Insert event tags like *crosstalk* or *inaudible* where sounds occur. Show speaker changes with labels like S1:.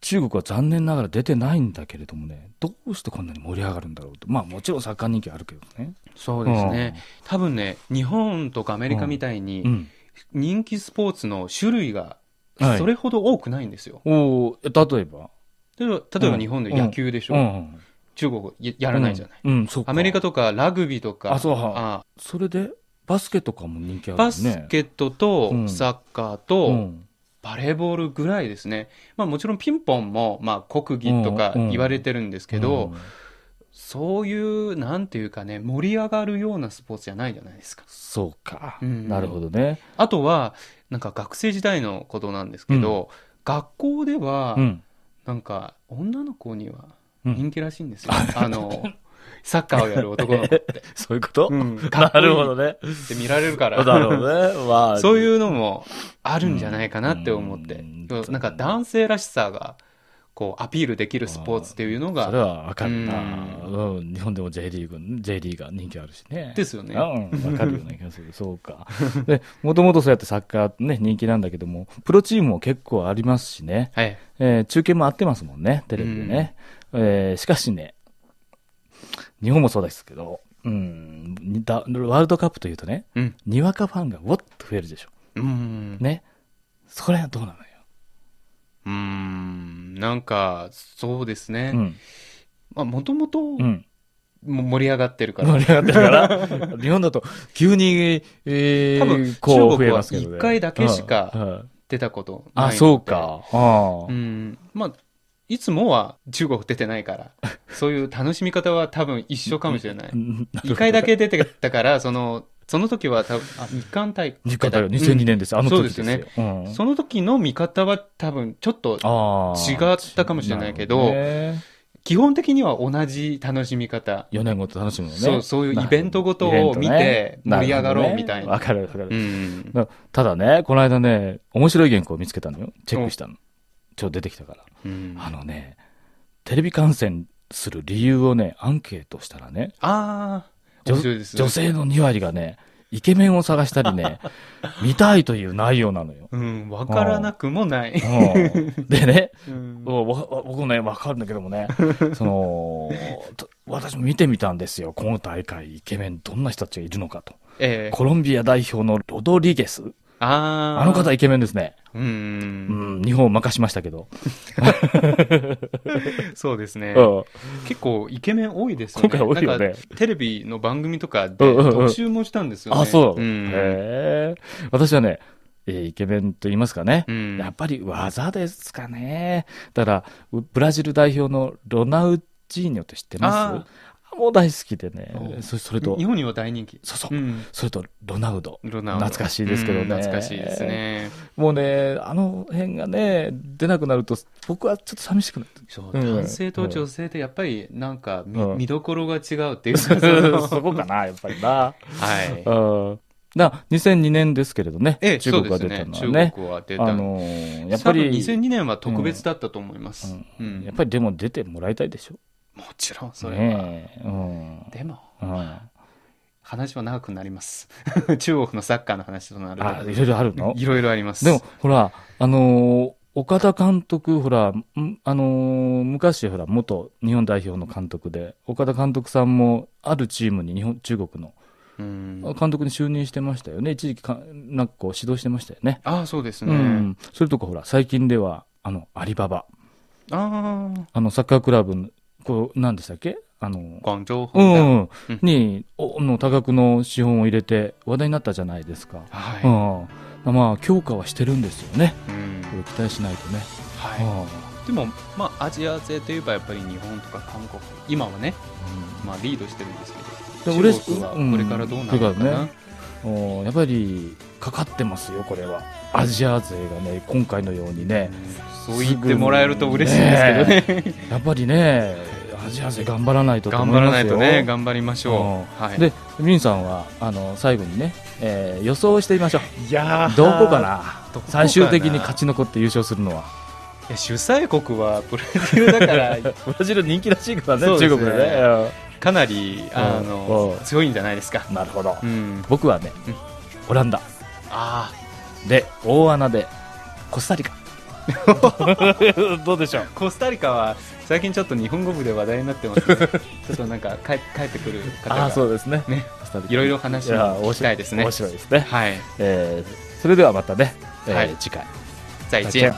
S1: 中国は残念ながら出てないんだけれどもね、どうしてこんなに盛り上がるんだろうと、まあもちろんサッカー人気あるけどね。
S2: そうですね、多分ね、日本とかアメリカみたいに、
S1: うん。
S2: 人気スポーツの種類が
S1: はい
S2: それほど多くないんですよ。
S1: おお、え例えば。
S2: 例えば例えば日本で野球でしょ、
S1: うん。
S2: 中国ややらないじゃない、
S1: うん。うん、そうか
S2: アメリカとかラグビーとか、
S1: あそうは
S2: あ
S1: それで、バスケとかも人気あるよね。
S2: バスケットと
S1: うん
S2: サッカー
S1: う
S2: と
S1: ん。
S2: バレーボールぐらいですね。まあもちろんピンポンも、まあ国技とか
S1: うんうん
S2: 言われてるんですけど、
S1: うん
S2: そういう、なんていうかね、盛り上がるようなスポーツじゃないじゃないですか。
S1: そうか、
S2: うん
S1: なるほどね。
S2: あとは、なんか学生時代のことなんですけど、学校では、
S1: うん。
S2: なんか女の子には
S1: うん
S2: 人気らしいんですよ。あの、サッカーをやる男の
S1: *laughs*
S2: 子って。
S1: そういうこと、
S2: うん、
S1: なるほど
S2: っ
S1: ね。
S2: て見られるから。
S1: なるほどね。まあ、
S2: そ
S1: う。
S2: ういうのもあるんじゃないかなって思って
S1: うん。
S2: なんか男性らしさが、こう、アピールできるスポーツっていうの
S1: それ
S2: が、
S1: はわかるな、
S2: う
S1: うん。日本でも J リーグ、J リーが人気あるしね。
S2: ですよね。
S1: うん、わかるような気がする。そうか。 *laughs* で、もともとそうやってサッカーね、人気なんだけども、プロチームも結構ありますしね、
S2: はい。
S1: えー中継もあってますもんね、テレビでね。えーしかしね、日本もそうですけど、うん、にだワールドカップというとね、
S2: うん。
S1: にわかファンがわっと増えるでしょ。
S2: うん。
S1: ね。それはどうなのよ。
S2: うーん、なんか、そうですね。
S1: うん。
S2: まあ、もともと、
S1: う
S2: も
S1: ん。
S2: 盛り上がってるから。
S1: 盛り上がってるから、日本だと急に、えー、
S2: 多分
S1: こう
S2: 中
S1: 増
S2: 国
S1: え
S2: は
S1: ますけどね。
S2: 一回だけしか
S1: うんうん
S2: 出たことないの
S1: あ、
S2: で
S1: そう。か。あ
S2: う
S1: あ。
S2: ん。まあ、いつもは中国出てな
S1: *laughs*
S2: いから、そういう楽しみ方は多分一緒かもしれない。一回だけ出てたから、その、その時は多分、あ、日韓大会。
S1: 日韓大会2002年です。あの時ですよ。
S2: そうで
S1: うん
S2: うんその時の見方は多分、ちょっと、
S1: ああ。
S2: 違ったかもしれないけど
S1: ね、
S2: 基本的には同じ楽しみ方。
S1: 4年後と楽しむのね。
S2: そうそういうイベントごとを見て
S1: なるほどね
S2: 盛り上がろうみたいな
S1: わかるわかる
S2: う。ん。
S1: だただね、この間ね、面白い原稿を見つけたのよ。チェックしたの。ちょっと出てきたから。
S2: うん
S1: あのね、テレビ観戦する理由をね、アンケートしたらね、
S2: ああ、
S1: 女
S2: 面白いですね
S1: 女性の2割がね、イケメンを探したり
S2: *laughs*
S1: ね、見たいという内容なのよ。
S2: うん、わからなくもない。
S1: うんでね、
S2: うん
S1: わわわ僕もね、わかるんだけどもね、 *laughs* その、と私も見てみたんですよ。この大会、イケメン、どんな人たちがいるのかと。
S2: *laughs* ええ
S1: コロンビア代表のロドリゲス。
S2: ああ。
S1: あの方、イケメンですね。
S2: うん
S1: う
S2: うん
S1: ん、日本を任しましたけど。
S2: うん。そうですね
S1: う。ん。
S2: 結構イケメン多いですよね。
S1: 今回多いよね
S2: なんかテレビの番組とかで
S1: うんうんうん
S2: 特集もしたんですよね。
S1: あ、そう。
S2: ん
S1: へえ。私はね、えーイケメンと言いますかね
S2: う。ん
S1: やっぱり技ですかね。だから、うブラジル代表のロナウジーニョって知ってますあもう大好きでね
S2: お。
S1: そそれと
S2: 日、本には大人気。
S1: そうそうう。
S2: ん。
S1: それと、ロナウド。
S2: ロナウド
S1: 懐かしいですけどね
S2: うん懐かしいですね。
S1: もうね、あの辺がね、出なくなると、僕はちょっと寂しくなって。
S2: そう、
S1: うん
S2: 男性と女性ってやっぱりなんか見,、
S1: うん
S2: どころが違うっていうか *laughs* その *laughs*
S1: そこかな、やっぱりな。
S2: はい。
S1: うん。な、2002年ですけれどね
S2: ええ、、
S1: 中
S2: そう
S1: 国が
S2: です
S1: 出た
S2: ね。
S1: のは
S2: 中
S1: ね。
S2: 国は出た
S1: あ
S2: の。
S1: のーやっぱり
S2: 多、分2002年は特別だったと思います。
S1: う
S2: うんん
S1: やっぱりでも出てもらいたいでしょ。
S2: もちろん、それは。
S1: ねえ。うん。
S2: でも、
S1: うん
S2: 話は長くなります。 *laughs* 中国のサッカーの話となる
S1: あ、
S2: と
S1: いろいろあるの
S2: いろいろあります。
S1: でも、、ほら、あのー岡田監督、ほら、んあのー昔、ほら、元日本代表の監督で、岡田監督さんも、あるチームに日本、中国の
S2: うん、
S1: 監督に就任してましたよね。一時期か、なんかこう、指導してましたよね。
S2: ああ、そうです
S1: う
S2: ね。
S1: ん。それとか、ほら、最近では、あの、アリババ。
S2: ああ、
S1: あの、サッカークラブの、こう、何でしたっけあのー
S2: 廣州
S1: う
S2: 本店。
S1: ん、
S2: うん
S1: に、おの多額の資本を入れて話題になったじゃないですか。
S2: はい。
S1: うん。まあ、強化はしてるんですよね。
S2: うん
S1: これ期待しないとね。
S2: は
S1: う
S2: い。でも、まあ、アジア勢といえばやっぱり日本とか韓国、今はね、
S1: ん
S2: まあ、リードしてるんですけど。
S1: で
S2: 中
S1: 嬉し
S2: 国は
S1: うん
S2: これからどうなるのか
S1: これから
S2: な、
S1: ねおーやっぱりかかってますよ、これは。アジア勢がね、今回のようにね、
S2: そう言ってもらえると嬉しいですけどね
S1: やっぱりね、アジア勢頑張らないとと
S2: *laughs* 頑
S1: 思
S2: 張
S1: いま
S2: らな
S1: す
S2: い
S1: よ
S2: とね頑張りましょう、はい、
S1: で、ミンさんはあの最後にね、えー予想してみましょう、
S2: いやー
S1: どこかな、
S2: どこかな
S1: 最終的に勝ち残って優勝するのは、
S2: いや主催国はブラジルだから
S1: *laughs* ブラジル人気らしいから
S2: そうですね
S1: ね
S2: かなりあ
S1: う
S2: の
S1: ん
S2: 強いんじゃないですか
S1: うんなるほど、
S2: うん
S1: 僕はね
S2: うん、
S1: オランダ
S2: あ *laughs*
S1: で、大穴で、コスタリカ、
S2: あ
S1: どうでしょう
S2: コスタリカは最近ちょっと日本語部で話題になっ
S1: *laughs*
S2: てますねちょっとなんか帰帰ってくる方
S1: ああ、そ
S2: が
S1: うですね。
S2: ね
S1: コスタリカ
S2: いろいろ話を聞きたいですね
S1: 面白いですね。
S2: はい
S1: えーそれではまたね、えー
S2: はい
S1: 次回。
S2: 再见。